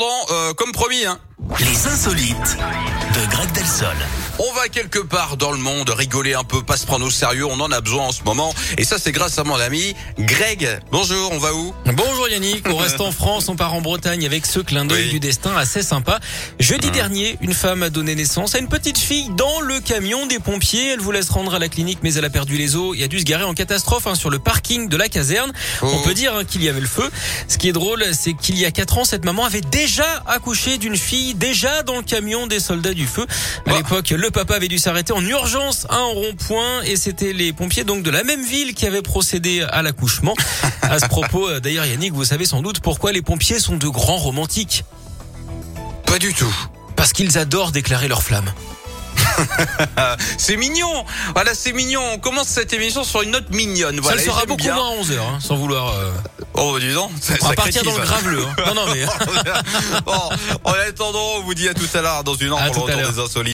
Bon, euh, comme promis, hein, Les insolites de Greg Delsol. on va quelque part dans le monde rigoler un peu, pas se prendre au sérieux, on en a besoin en ce moment. Et ça, c'est grâce à mon ami Greg. Bonjour, on va où Bonjour Yannick, on reste en France, on part en Bretagne avec ce clin d'œil Oui. du destin assez sympa. Mmh. Jeudi dernier, une femme a donné naissance à une petite fille dans le camion des pompiers. Elle voulait se rendre à la clinique mais elle a perdu les os et a dû se garer en catastrophe hein, sur le parking de la caserne. On Oh. peut dire hein, qu'il y avait le feu. Ce qui est drôle, c'est qu'il y a 4 ans, cette maman avait déjà accouché d'une fille, déjà dans le camion des soldats du feu. À Bah. l'époque, le papa avait dû s'arrêter en urgence à un rond-point et c'était les pompiers donc de la même ville qui avaient procédé à l'accouchement. À ce propos, euh, d'ailleurs Yannick, vous savez sans doute pourquoi les pompiers sont de grands romantiques. Pas du tout. Parce qu'ils adorent déclarer leur flamme. C'est mignon. Voilà, c'est mignon. On commence cette émission sur une note mignonne. Voilà, Ça et le sera j'aime beaucoup bien. moins à 11h, sans vouloir... euh, Oh, bah, dis donc. ça- on va ça partir dans craquille, le ça. graveleux. hein. Non, non, mais... Bon, en attendant, on vous dit à tout à l'heure dans une heure pour À le tout à retour l'heure. des insolites.